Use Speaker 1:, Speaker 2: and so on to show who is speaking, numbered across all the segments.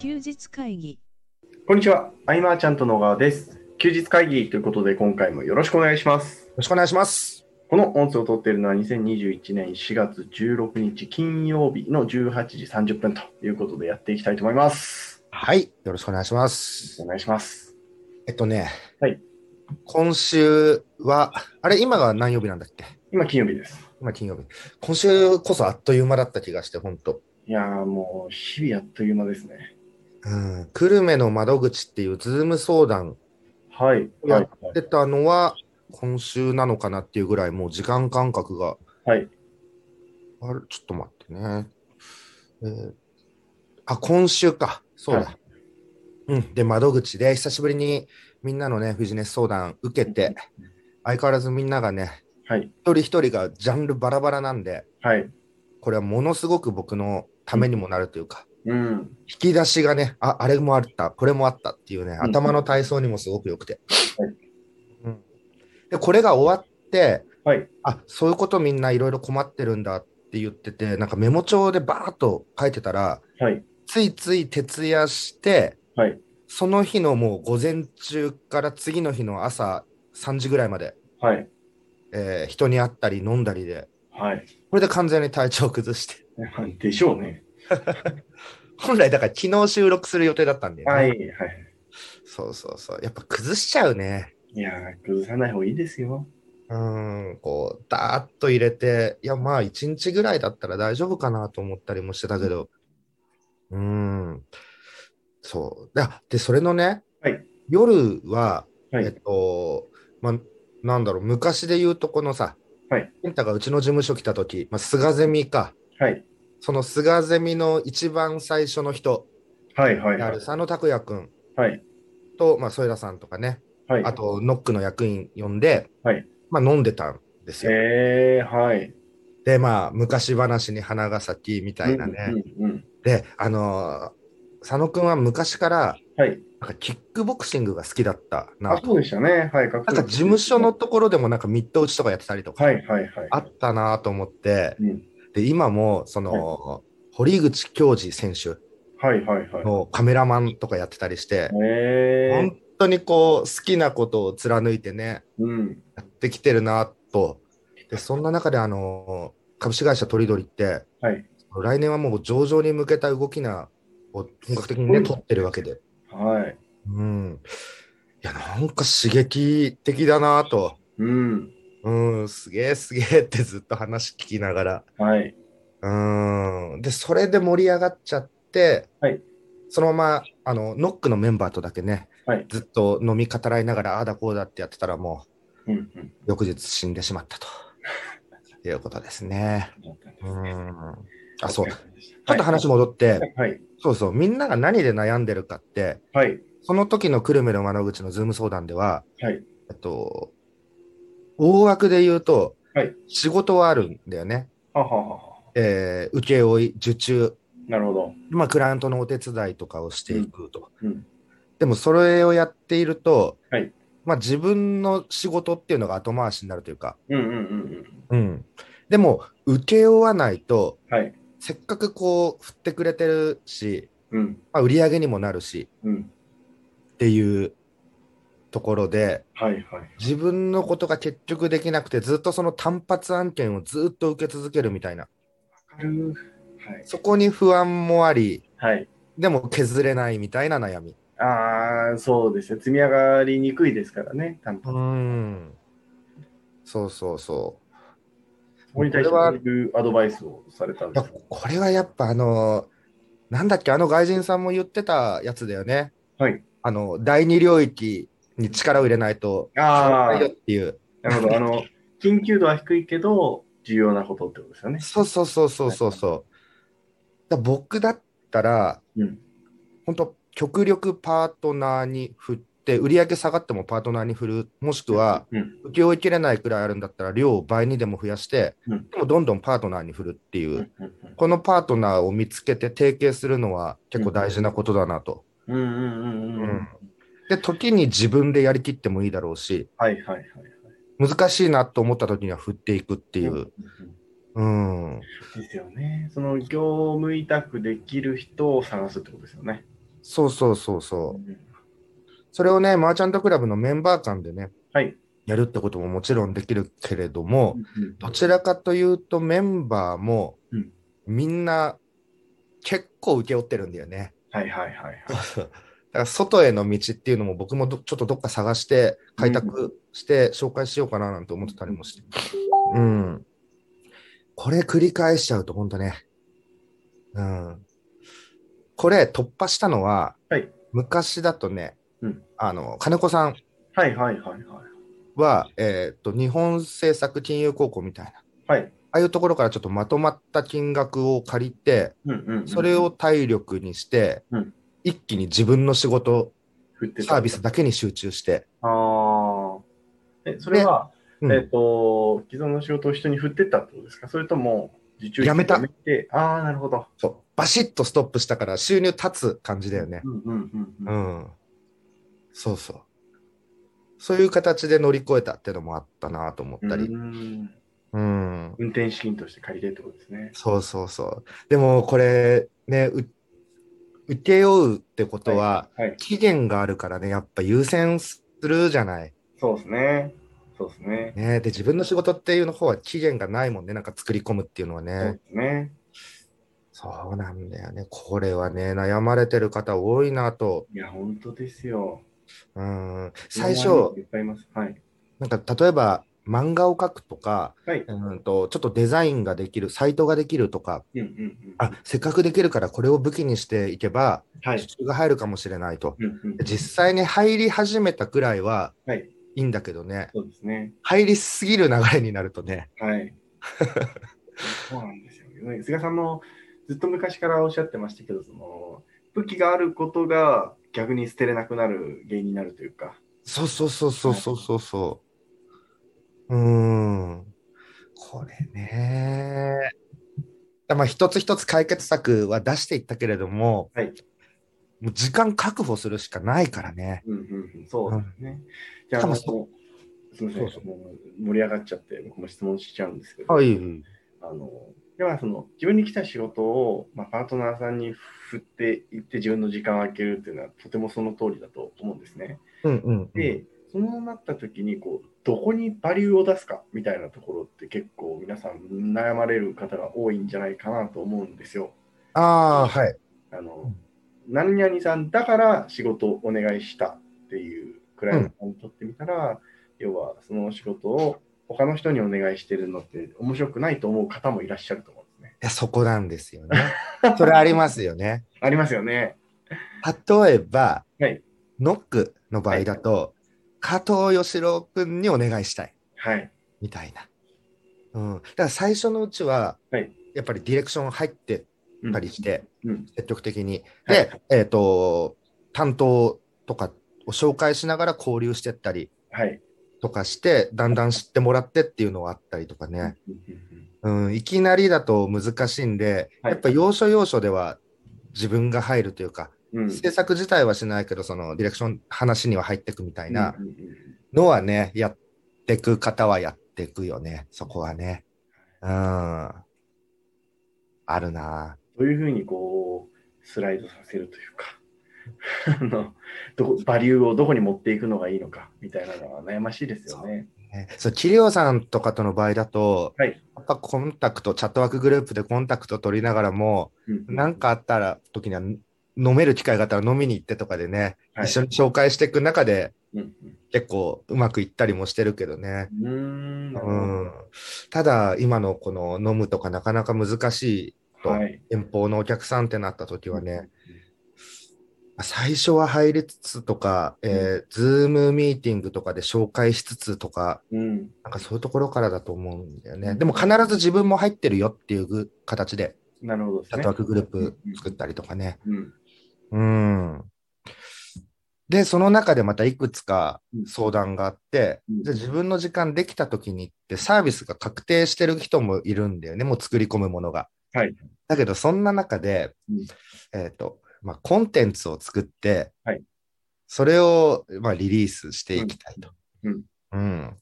Speaker 1: 休日会議
Speaker 2: こんにちは、アイマーちゃんと野川です。休日会議ということで、今回もよろしくお願いします。
Speaker 3: よろしくお願いします。
Speaker 2: この音声を撮っているのは2021年4月16日金曜日の18時30分ということでやっていきたいと思います。
Speaker 3: はい、よろしくお願いします
Speaker 2: お。願いします。
Speaker 3: えっとね、
Speaker 2: はい
Speaker 3: 今週は、あれ、今が何曜日なんだっけ
Speaker 2: 今金曜日です。
Speaker 3: 今金曜日。今週こそあっという間だった気がして、本当
Speaker 2: いやーもう日々あっという間ですね。
Speaker 3: うん、久留米の窓口っていうズーム相談
Speaker 2: はい。
Speaker 3: や
Speaker 2: はい
Speaker 3: っ。てたのは、今週なのかなっていうぐらい、もう時間感覚が。
Speaker 2: はい。
Speaker 3: あれ、ちょっと待ってね。えーあ、今週か。そうだ。
Speaker 2: は
Speaker 3: うん。で、窓口で久しぶりにみんなのね、ビジネス相談受けて、相変わらずみんながね、
Speaker 2: はい。
Speaker 3: 一人一人がジャンルバラバラなんで、
Speaker 2: はい。
Speaker 3: これはものすごく僕のためにもなるというか、
Speaker 2: うん。
Speaker 3: 引き出しがね、あ、あれもあった、これもあったっていうね、
Speaker 2: ん
Speaker 3: 頭の体操にもすごく良くて
Speaker 2: はい。
Speaker 3: うん、で、これが終わって、
Speaker 2: はい。
Speaker 3: あ、そういうことみんないろいろ困ってるんだって言ってて、なんかメモ帳でバーッと書いてたら、
Speaker 2: はい。
Speaker 3: ついつい徹夜して、
Speaker 2: はい。
Speaker 3: その日のもう午前中から次の日の朝3時ぐらいまで、
Speaker 2: はい。
Speaker 3: えー人に会ったり飲んだりで、
Speaker 2: はい。
Speaker 3: これで完全に体調崩して、
Speaker 2: でしょうね。
Speaker 3: 本来だから昨日収録する予定だったんで、
Speaker 2: はい。はい。
Speaker 3: そうそうそう。やっぱ崩しちゃうね。
Speaker 2: いやー崩さない方がいいですよ。
Speaker 3: うーん、こう、ダーッと入れて、いや、まあ、一日ぐらいだったら大丈夫かなと思ったりもしてたけど、うーん、そう。あで、それのね、
Speaker 2: はい
Speaker 3: 夜は、
Speaker 2: はい
Speaker 3: えっと、まあ、なんだろう、昔で言うとこのさ、
Speaker 2: はい
Speaker 3: 健太がうちの事務所来た時、まあ、菅ゼミか、
Speaker 2: はい。
Speaker 3: その菅ゼミの一番最初の人
Speaker 2: はい。はい。
Speaker 3: であ
Speaker 2: はい
Speaker 3: る佐野拓也君
Speaker 2: はい。
Speaker 3: と、まあ、添田さんとかね、
Speaker 2: はい。
Speaker 3: あと、ノックの役員呼んで、
Speaker 2: はい
Speaker 3: まあ飲んでたんですよ。
Speaker 2: えー、はい。
Speaker 3: で、まあ、昔話に花が咲きみたいなね。
Speaker 2: うんうんうん
Speaker 3: で、あのー佐野くんは昔から、
Speaker 2: はい。
Speaker 3: なんかキックボクシングが好きだったな
Speaker 2: あ、。そうでしたね。はい。なん
Speaker 3: なんか事務所の。ところでもなんかミット打ちとかやってたりとか、
Speaker 2: はいはいはい。
Speaker 3: あったなと思って、
Speaker 2: うん。
Speaker 3: で、今も、その、堀口教授選手
Speaker 2: はいはいは
Speaker 3: のカメラマンとかやってたりして、
Speaker 2: い。え
Speaker 3: 本当にこう、好きなことを貫いてね、
Speaker 2: ー。うん。
Speaker 3: やってきてるなと。で、そんな中で、あの、株式会社トリドリって、
Speaker 2: はい。
Speaker 3: 来年はもう上場に向けた動きなを本格的に
Speaker 2: すごい
Speaker 3: ね、
Speaker 2: ね
Speaker 3: 取ってるわけで。
Speaker 2: はい。
Speaker 3: うん。いや、なんか刺激的だなと。
Speaker 2: うん。
Speaker 3: うん、すげえすげえってずっと話聞きなが
Speaker 2: はい。
Speaker 3: ら。うん。で、それで盛り上がっちゃって、
Speaker 2: はい
Speaker 3: そのまま、あの、ノックのメンバーとだけね、
Speaker 2: はい
Speaker 3: ずっと飲み語らいながら、ああだこうだってやってたらもう、
Speaker 2: うんうん。
Speaker 3: 翌日死んでし まったということですね。うーんあそうちょっと話
Speaker 2: も。
Speaker 3: 戻って、
Speaker 2: はい。
Speaker 3: そうそう、みんなが何で悩んでるかって、
Speaker 2: はい。
Speaker 3: その時の久留米の窓口のズーム相談では、
Speaker 2: はい。
Speaker 3: えっと、大枠で言うと、
Speaker 2: はい
Speaker 3: 仕事はあるんだよね。
Speaker 2: はははは。
Speaker 3: えー請負い、受注、
Speaker 2: なるほど。
Speaker 3: まあ、クライアントのお手伝いとかをしていくと。
Speaker 2: うん。
Speaker 3: でも、それをやっていると、
Speaker 2: はい
Speaker 3: まあ、自分の仕事っていうのが後回しになるというか、
Speaker 2: うんうんうん
Speaker 3: うん、でも請け負わないと
Speaker 2: うん。はい。
Speaker 3: せっかくこう振ってくれてるし、
Speaker 2: うん。
Speaker 3: まあ、売り上げにもなるし
Speaker 2: うん。
Speaker 3: っていうところで
Speaker 2: はいはい。
Speaker 3: 自分のことが結局できなくてずっとその単発案件をずっと受け続けるみたいな
Speaker 2: 軽はい。
Speaker 3: そこに不安もあり
Speaker 2: はい。
Speaker 3: でも削れないみたいな悩み
Speaker 2: ああ、そうですね。積み上がりにくいですからね。担保。
Speaker 3: んそうそうそう
Speaker 2: そこに対してどういうアドバイスをされたん
Speaker 3: い
Speaker 2: で
Speaker 3: や
Speaker 2: すか
Speaker 3: これはやっぱあのなんだっけあの外人さんも言ってたやつだよね
Speaker 2: はい。
Speaker 3: あの第二領域に力を入れないと
Speaker 2: ああ
Speaker 3: よ。っていう
Speaker 2: なるほど。あの、緊急度は低いけど、重要なことってことですよね。
Speaker 3: そうそうそうそうそうそうだ僕だったら
Speaker 2: うん。
Speaker 3: 本当極力パートナーに振って売り上げ下がってもパートナーに振るもしくは
Speaker 2: うん。
Speaker 3: 請け負いきれないくらいあるんだったら量を倍にでも増やして、
Speaker 2: うん
Speaker 3: でもどんどんパートナーに振るっていう、
Speaker 2: うん。うん
Speaker 3: このパートナーを見つけて提携するのは結構大事なことだなと、
Speaker 2: うんうんうん。う
Speaker 3: うんんで時に自分でやりきってもいいだろうし
Speaker 2: はいはいはい。
Speaker 3: 難しいなと思った時には振っていくっていう、うん、
Speaker 2: ですよね。その業務委託できる人を探すってことですよね。
Speaker 3: そうそうそうそうう。
Speaker 2: ん
Speaker 3: それをね、マーチャントクラブのメンバー間でね、
Speaker 2: はい。
Speaker 3: やるってことももちろんできるけれども、
Speaker 2: うん
Speaker 3: どちらかというとメンバーも
Speaker 2: うん
Speaker 3: みんな結構請け負ってるんだよね。
Speaker 2: はいはいはいはい。
Speaker 3: だから外への道っていうのも僕もどちょっとどっか探して開拓して紹介しようかななんて思ってたりもして。うん。これ繰り返しちゃうと本当ね。うん。これ突破したのは、
Speaker 2: はい
Speaker 3: 昔だとね、
Speaker 2: うん
Speaker 3: あの、金子さん
Speaker 2: はいはいはいはい。
Speaker 3: は、えーっと、日本政策金融高校みたいな。
Speaker 2: はい。
Speaker 3: ああいうところからちょっとまとまった金額を借りて、
Speaker 2: うんうんうん
Speaker 3: それを体力にして、
Speaker 2: うん
Speaker 3: 一気に自分の仕事、
Speaker 2: 振ってた
Speaker 3: サービスだけに集中して、
Speaker 2: ああ。え、それは、
Speaker 3: うん
Speaker 2: えっ、と、既存の仕事を人に振ってったってことですかそれとも、受注
Speaker 3: やめた
Speaker 2: やめて、ああ、なるほど。
Speaker 3: そうバシッとストップしたから収入立つ感じだよね
Speaker 2: う。んうんうんうん。
Speaker 3: うん。そうそう。そういう形で乗り越えたっていうのもあったなと思ったり。
Speaker 2: うん
Speaker 3: うん。
Speaker 2: 運転資金として借りてってことですね。
Speaker 3: そうそうそう。でもこれ、ね、う請け負うってことは、
Speaker 2: はい。
Speaker 3: 期限があるからね、やっぱ優先するじゃない。
Speaker 2: そうですね。そうですね。
Speaker 3: ね、で自分の仕事っていうの方は期限がないもんね、なんか作り込むっていうのは
Speaker 2: そう
Speaker 3: ね
Speaker 2: で。すね。
Speaker 3: そうなんだよね。これはね、悩まれてる方多いなと。
Speaker 2: いや、本当ですよ。
Speaker 3: うん、最
Speaker 2: 周
Speaker 3: 初、
Speaker 2: りいっぱいいます。はい。
Speaker 3: なんか例えば漫画を描くとか、
Speaker 2: はい。
Speaker 3: うんと、ちょっとデザインができる、サイトができるとか、
Speaker 2: うんうんうん。
Speaker 3: あせっかくできるからこれを武器にしていけば、
Speaker 2: はい
Speaker 3: 支。柱が入るかもしれないと。
Speaker 2: うんうん。
Speaker 3: 実際に入り始めたくらいは
Speaker 2: はい。
Speaker 3: いいんだけどね、
Speaker 2: そうですね。
Speaker 3: 入りすぎる流れになるとね、
Speaker 2: はい。そうなんですよ、ね。菅さんもずっと昔からおっしゃってましたけど、その武器があることが逆に捨てれなくなる原因になるというか。
Speaker 3: そうそうそうそうそうそうそう。うーん。これね。まあ一つ一つ解決策は出していったけれども、
Speaker 2: はい
Speaker 3: もう時間確保するしかないからね。
Speaker 2: うんうんうん、そうですね。じゃあ、
Speaker 3: しかも
Speaker 2: あのすみません
Speaker 3: そうそ
Speaker 2: もう盛り上がっちゃって、僕も質問しちゃうんですけど、
Speaker 3: い。
Speaker 2: あのではその自分に来た仕事を、まあ、パートナーさんに振っていって自分の時間を空けるっていうのはとてもその通りだと思うんですね。
Speaker 3: うんうん、うん。
Speaker 2: で、そうなった時にこうどこにバリューを出すかみたいなところって結構皆さん悩まれる方が多いんじゃないかなと思うんですよ。
Speaker 3: ああ、はい。
Speaker 2: あの何々さんだから仕事をお願いしたっていうクライアントさんにとってみたら、要はその仕事を他の人にお願いしてるのって面白くないと思う方もいらっしゃると思うんですね。
Speaker 3: いやそこなんですよね。 それありますよね。
Speaker 2: ありますよね。
Speaker 3: 例えば、
Speaker 2: はい
Speaker 3: ノックの場合だと、加藤義郎君にお願いしたい。
Speaker 2: はい。
Speaker 3: みたいな。うん、だから最初のうちは、
Speaker 2: はい
Speaker 3: やっぱりディレクション入って
Speaker 2: うん
Speaker 3: たりして、
Speaker 2: うん
Speaker 3: 積極的に。
Speaker 2: は
Speaker 3: で、
Speaker 2: い
Speaker 3: えっ、と、担当とかを紹介しながら交流してったり
Speaker 2: はい。
Speaker 3: とかして、だんだん知ってもらってっていうのはあったりとかね、
Speaker 2: うんうん
Speaker 3: うん、いきなりだと難しいんで、
Speaker 2: はい
Speaker 3: やっぱ要所要所では自分が入るというか、
Speaker 2: うんうん
Speaker 3: 制作自体はしないけど、そのディレクション話には入ってくみたいな
Speaker 2: うんうんうん
Speaker 3: のはね、やってく方はやってくよね、そこはね。うん。あるな
Speaker 2: どういうふうにこうスライドさせるというか あのどこバリューをどこに持っていくのがいいのかみたいなのは悩ましいですよね。
Speaker 3: ぁねそう、キリオさんとかとの場合だと、
Speaker 2: はい
Speaker 3: やっぱコンタクト、チャットワークグループでコンタクト取りながらも、なんかあったら、時には飲める機会があったら飲みに行ってとかでね、
Speaker 2: はい
Speaker 3: 一緒に紹介していく中で、
Speaker 2: うん
Speaker 3: 結構うまくいったりもしてるけどね。
Speaker 2: うんうーんなるほ
Speaker 3: う
Speaker 2: ど
Speaker 3: ん、ただ、今のこの飲むとかなかなか難しいと、
Speaker 2: はい
Speaker 3: 遠方のお客さんってなった時はね、最初は入りつつとか、えー、ズームミーティングとかで紹介しつつとか、
Speaker 2: うん
Speaker 3: なんかそういうところからだと思うんだよね。
Speaker 2: うん
Speaker 3: でも必ず自分も入ってるよっていう形で、
Speaker 2: なるほどで
Speaker 3: チ
Speaker 2: す
Speaker 3: ャッ
Speaker 2: ね
Speaker 3: トワークグループ作ったりとかね。
Speaker 2: うん
Speaker 3: うん。で、その中でまたいくつか相談があって、
Speaker 2: うん
Speaker 3: じゃあ自分の時間できた時にってサービスが確定してる人もいるんだよね、もう作り込むものが。
Speaker 2: はい
Speaker 3: だけど、そんな中で、
Speaker 2: うん
Speaker 3: えっ、と、まあ、コンテンツを作って、
Speaker 2: はい
Speaker 3: それを、まあ、リリースしていきたいと。
Speaker 2: うん
Speaker 3: うん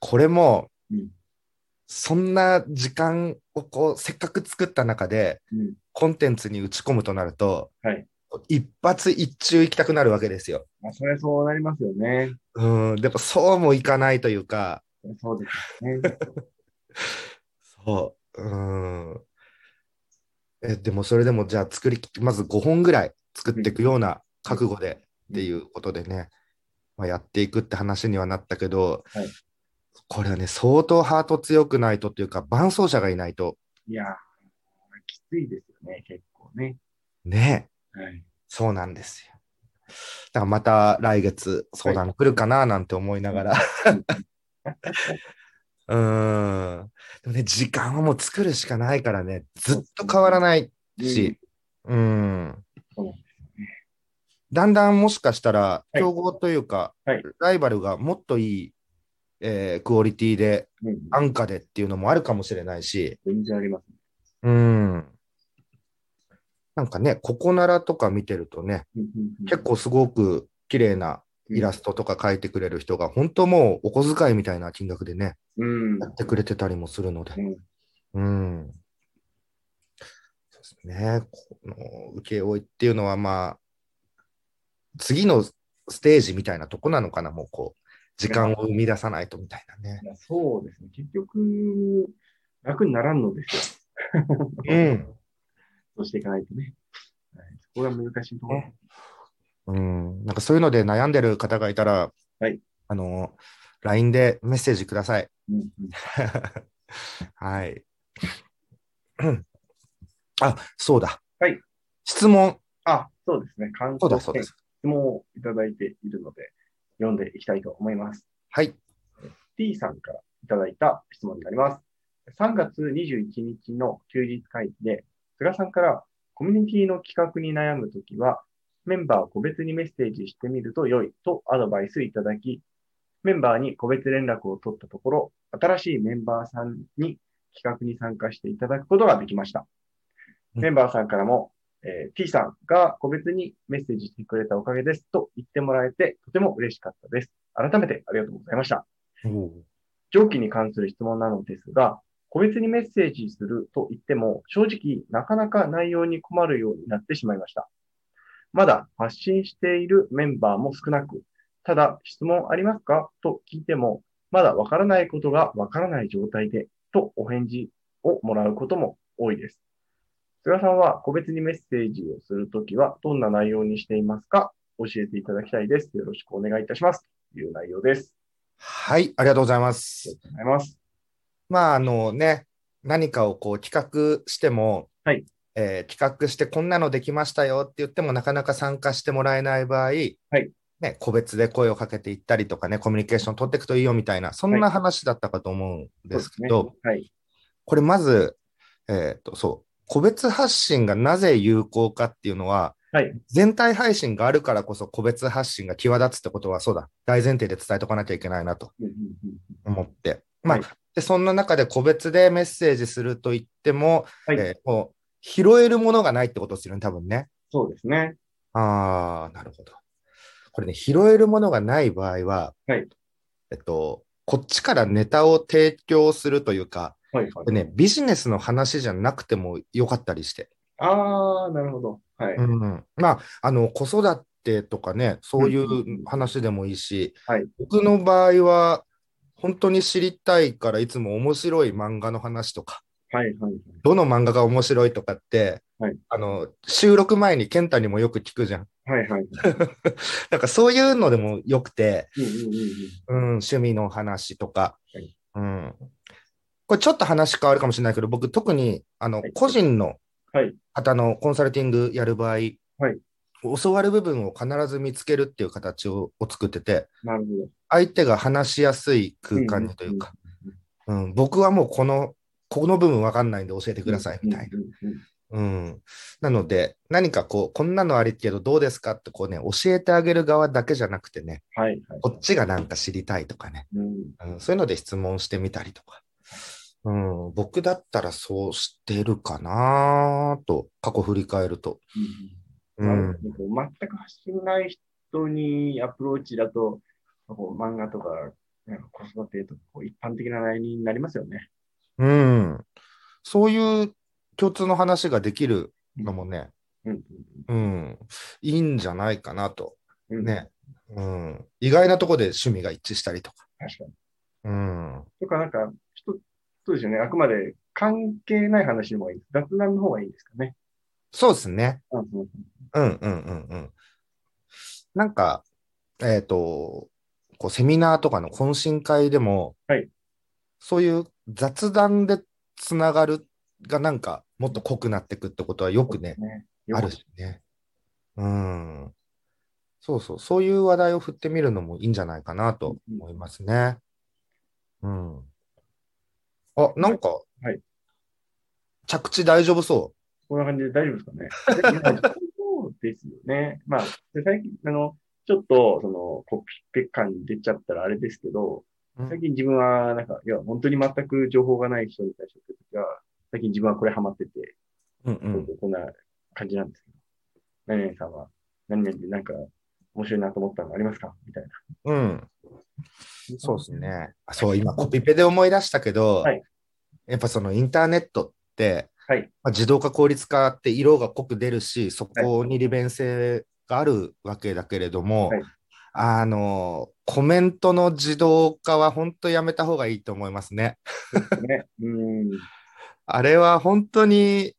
Speaker 3: これも、
Speaker 2: うん
Speaker 3: そんな時間をこう、せっかく作った中で、
Speaker 2: うん
Speaker 3: コンテンツに打ち込むとなると、
Speaker 2: はい
Speaker 3: 一発一中行きたくなるわけですよ。
Speaker 2: まあ、それはそうなりますよね。
Speaker 3: うん、でもそうもいかないというか、
Speaker 2: そうですよね。
Speaker 3: そう。うん。え、でもそれでもじゃあ作りきまず5本ぐらい作っていくような覚悟でっていうことでね、まあ、やっていくって話にはなったけど、
Speaker 2: はい
Speaker 3: これはね、相当ハート強くないとっていうか、伴走者がいないと、
Speaker 2: いやー、きついですよね、結構ね。
Speaker 3: ね、
Speaker 2: はい。
Speaker 3: そうなんですよ。だからまた来月相談来るかななんて思いながら、 うーん。でもね、時間はもう作るしかないからね、ずっと変わらないし、うん。
Speaker 2: そうなんで
Speaker 3: だんだんもしかしたら、
Speaker 2: い
Speaker 3: 競合というか、
Speaker 2: はい
Speaker 3: ライバルがもっといい、えークオリティで、
Speaker 2: うん、
Speaker 3: 安価でっていうのもあるかもしれないし、
Speaker 2: 全然あります。
Speaker 3: うん。なんかね、ここならとか見てるとね、結構すごく綺麗なイラストとか描いてくれる人が、本当もうお小遣いみたいな金額でね、
Speaker 2: うん。
Speaker 3: やってくれてたりもするので。
Speaker 2: うん
Speaker 3: うん。そうですね。この請負いっていうのは、まあ、次のステージみたいなとこなのかな、もうこう、時間を生み出さないとみたいなね
Speaker 2: い。やそうですね。結局、楽にならんのですよ。
Speaker 3: うん。
Speaker 2: そうしていかないとね。はい、そこが難しいところ。
Speaker 3: うん。なんかそういうので悩んでる方がいたら、
Speaker 2: はい
Speaker 3: あの、LINE でメッセージください。
Speaker 2: うんうん
Speaker 3: はい。うんあ、そうだ。
Speaker 2: はい。
Speaker 3: 質問。
Speaker 2: あ、そうですね。感
Speaker 3: そ
Speaker 2: 想
Speaker 3: うだ、そうだ。
Speaker 2: 質問をいただいているので、読んでいきたいと思います。
Speaker 3: はい。
Speaker 2: T さんからいただいた質問になります。3月21日の休日会議で、菅さんからコミュニティの企画に悩むときは、メンバーを個別にメッセージしてみると良いとアドバイスいただき、メンバーに個別連絡を取ったところ、新しいメンバーさんに企画に参加していただくことができました。
Speaker 3: うん
Speaker 2: メンバーさんからも、えー T さんが個別にメッセージしてくれたおかげですと言ってもらえて、とても嬉しかったです。改めてありがとうございました。上記に関する質問なのですが、個別にメッセージすると言っても、正直なかなか内容に困るようになってしまいました。まだ発信しているメンバーも少なく、ただ質問ありますかと聞いても、まだわからないことがわからない状態で、とお返事をもらうことも多いです。菅さんは個別にメッセージをするときは、どんな内容にしていますか教えていただきたいです。よろしくお願いいたします。という内容です。
Speaker 3: はい、ありがとうございま
Speaker 2: あり
Speaker 3: す。
Speaker 2: がとうございます。
Speaker 3: まあ、あのね、何かをこう企画しても、
Speaker 2: はい
Speaker 3: えー企画してこんなのできましたよって言っても、なかなか参加してもらえない場合、ね、個別で声をかけていったりとかね、コミュニケーション取っていくといいよみたいな、そんな話だったかと思うんですけ
Speaker 2: そ
Speaker 3: ど、
Speaker 2: うですねはい。
Speaker 3: これまず、えっ、と、そう、個別発信がなぜ有効かっていうのは、
Speaker 2: はい
Speaker 3: 全体配信があるからこそ個別発信が際立つってことは、そうだ、大前提で伝えとかなきゃいけないなと
Speaker 2: うんうんうん
Speaker 3: 思って。まあ、
Speaker 2: はい
Speaker 3: でそんな中で個別でメッセージすると言っても、
Speaker 2: はい
Speaker 3: えーもう拾えるものがないってことですよね、多分ね。
Speaker 2: そうですね。
Speaker 3: ああ、なるほど。これね、拾えるものがない場合は、
Speaker 2: はい
Speaker 3: えっと、こっちからネタを提供するというか、
Speaker 2: はいはい。
Speaker 3: これね、ビジネスの話じゃなくてもよかったりして。
Speaker 2: ああ、なるほど。はい。
Speaker 3: うん、まあ、あの、子育てとかね、そうい
Speaker 2: うんうんう
Speaker 3: うん話でもいいし、
Speaker 2: はい
Speaker 3: 僕の場合は、本当に知りたいからいつも面白い漫画の話とか、
Speaker 2: はいはいはい。
Speaker 3: どの漫画が面白いとかって、
Speaker 2: はい
Speaker 3: あの、収録前に健太にもよく聞くじゃん。
Speaker 2: はいはい。
Speaker 3: なんかそういうのでもよくて、
Speaker 2: うんうんうんうん。
Speaker 3: うん、趣味の話とか
Speaker 2: はい、
Speaker 3: うん。これちょっと話変わるかもしれないけど、僕特に、あの
Speaker 2: はい、
Speaker 3: 個人の
Speaker 2: はい。
Speaker 3: 方のコンサルティングやる場合、教わる部分を必ず見つけるっていう形をを作ってて、
Speaker 2: なるほど。
Speaker 3: 相手が話しやすい空間にというか、うん、僕はもうこの、この部分わかんないんで教えてくださいみたいな。
Speaker 2: うんうんうん
Speaker 3: うん。なので、何かこう、こんなのありけどどうですかってこうね、教えてあげる側だけじゃなくてね、
Speaker 2: はいはい。
Speaker 3: こっちがなんか知りたいとかね、
Speaker 2: うん
Speaker 3: うん、そういうので質問してみたりとか。うん、僕だったらそうしてるかなと、過去振り返ると。
Speaker 2: うんなるほど。全く発信ない人にアプローチだと、こう漫画とか、なんか子育てとか、こう一般的な内容になりますよね。
Speaker 3: うん。そういう共通の話ができるのもね、
Speaker 2: うん
Speaker 3: うん、いいんじゃないかなと。
Speaker 2: うん。
Speaker 3: ね。うん。意外なとこで趣味が一致したりとか。
Speaker 2: 確かに。
Speaker 3: うん。
Speaker 2: とか、なんか、ちょっと、そうですよね。あくまで関係ない話の方がいいです。雑談の方がいいですかね。
Speaker 3: そうですね。
Speaker 2: うんうん
Speaker 3: うんうんうんうん。なんか、えっ、と、こうセミナーとかの懇親会でも、
Speaker 2: はい
Speaker 3: そういう雑談でつながるがなんかもっと濃くなってくってことはよくね、
Speaker 2: ね。
Speaker 3: あるしね。うん。そうそう、そういう話題を振ってみるのもいいんじゃないかなと思いますね。うん。あ、なんか、
Speaker 2: はい
Speaker 3: 着地大丈夫そ
Speaker 2: こんな感じで大丈夫ですかね。でもそうですよね。 まあ、で最近、あの、ちょっと、その、コピペ感出ちゃったらあれですけど、
Speaker 3: う。
Speaker 2: 最近自分は、なんか、いや、本当に全く情報がない人に対して言った時は、最近自分はこれハマってて、
Speaker 3: うんうん。
Speaker 2: こんな感じなんですけど、何々さんは、何々でなんか、面白いなと思ったのありますかみたいな。
Speaker 3: うん。そうです。ね。あそう、今コピペで思い出したけど、
Speaker 2: はい
Speaker 3: やっぱそのインターネットって、
Speaker 2: はい
Speaker 3: まあ、自動化効率化って色が濃く出るし、そこに利便性があるわけだけれども、
Speaker 2: はい
Speaker 3: あの、コメントの自動化は本当やめた方がいいと思いますね。
Speaker 2: ね、 うん。
Speaker 3: あれは本当に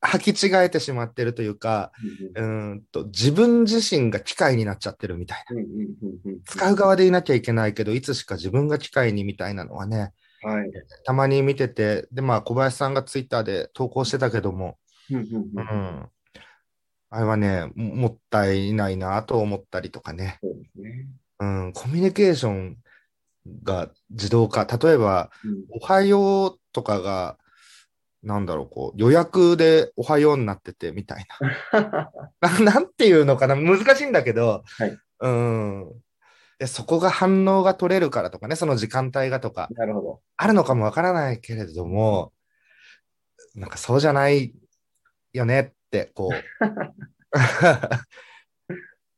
Speaker 3: 履き違えてしまってるというか、うーんと自分自身が機械になっちゃってるみたいな。使う側でいなきゃいけないけど、いつしか自分が機械にみたいなのはね、
Speaker 2: うん。はい。
Speaker 3: たまに見てて、で、まあ、小林さんがツイッターで投稿してたけども、
Speaker 2: うんうん
Speaker 3: う。
Speaker 2: うんん。
Speaker 3: あれはね、ももったいないなと思ったりとかね。
Speaker 2: そうですね。
Speaker 3: うん、コミュニケーションが自動化。例えば、
Speaker 2: うん
Speaker 3: おはようとかが、なんだろう、こう、予約でおはようになっててみたいな。 ななんていうのかな、難しいんだけど、
Speaker 2: はい
Speaker 3: うん。で、そこが反応が取れるからとかね、その時間帯がとか。
Speaker 2: なるほど。
Speaker 3: あるのかもわからないけれども、なんかそうじゃないよねって、こ う。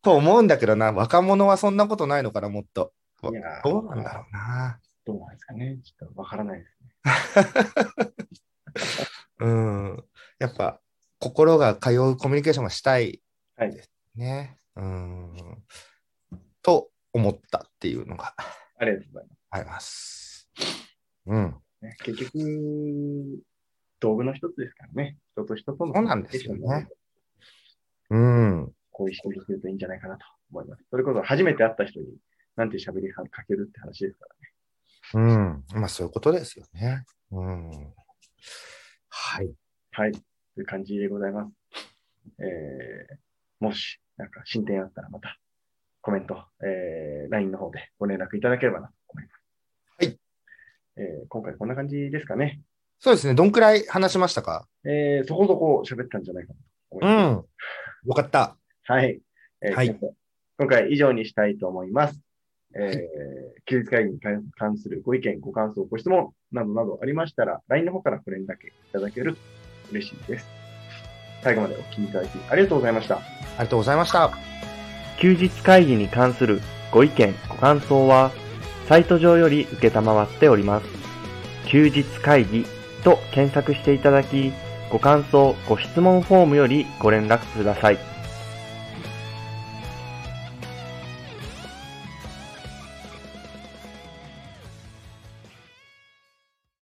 Speaker 3: と思うんだけどな、若者はそんなことないのかな、もっと。
Speaker 2: いやー
Speaker 3: どうなんだろうな。
Speaker 2: どうなんですかね。ちょっとわからないです。
Speaker 3: うん。やっぱ、心が通うコミュニケーションがしたい
Speaker 2: はい
Speaker 3: ですね。うん。と思ったっていうのが
Speaker 2: ありがとうございま
Speaker 3: あります。うん。
Speaker 2: すね。結局、道具の一つですからね。人と人との
Speaker 3: そうなんですよね
Speaker 2: コミュニケーションの
Speaker 3: うん。
Speaker 2: こういう人にするといいんじゃないかなと思います。それこそ初めて会った人に、なんて喋りかけるって話ですからね。
Speaker 3: うん。まあ、そういうことですよね。うん。はい。
Speaker 2: はい。という感じでございます。えー、もし、なんか進展あったらまた、コメント、えー、LINE の方でご連絡いただければなと思います。
Speaker 3: はい。
Speaker 2: えー、今回こんな感じですかね。
Speaker 3: そうですね。どんくらい話しましたか
Speaker 2: えー、そこそこ喋ったんじゃないかなと思いうます。
Speaker 3: ん。よかった。
Speaker 2: はい。えー
Speaker 3: はい
Speaker 2: ちょっと今回以上にしたいと思います。えー休日会議に関関するご意見、ご感想、ご質問などなどありましたら、LINE の方からご連絡いただけると嬉しいです。最後までお聞きいただきありがとうございました。
Speaker 3: ありがとうございました。
Speaker 1: 休日会議に関するご意見、ご感想は、サイト上より受けたまわっております。休日会議と検索していただき、ご感想、ご質問フォームよりご連絡ください。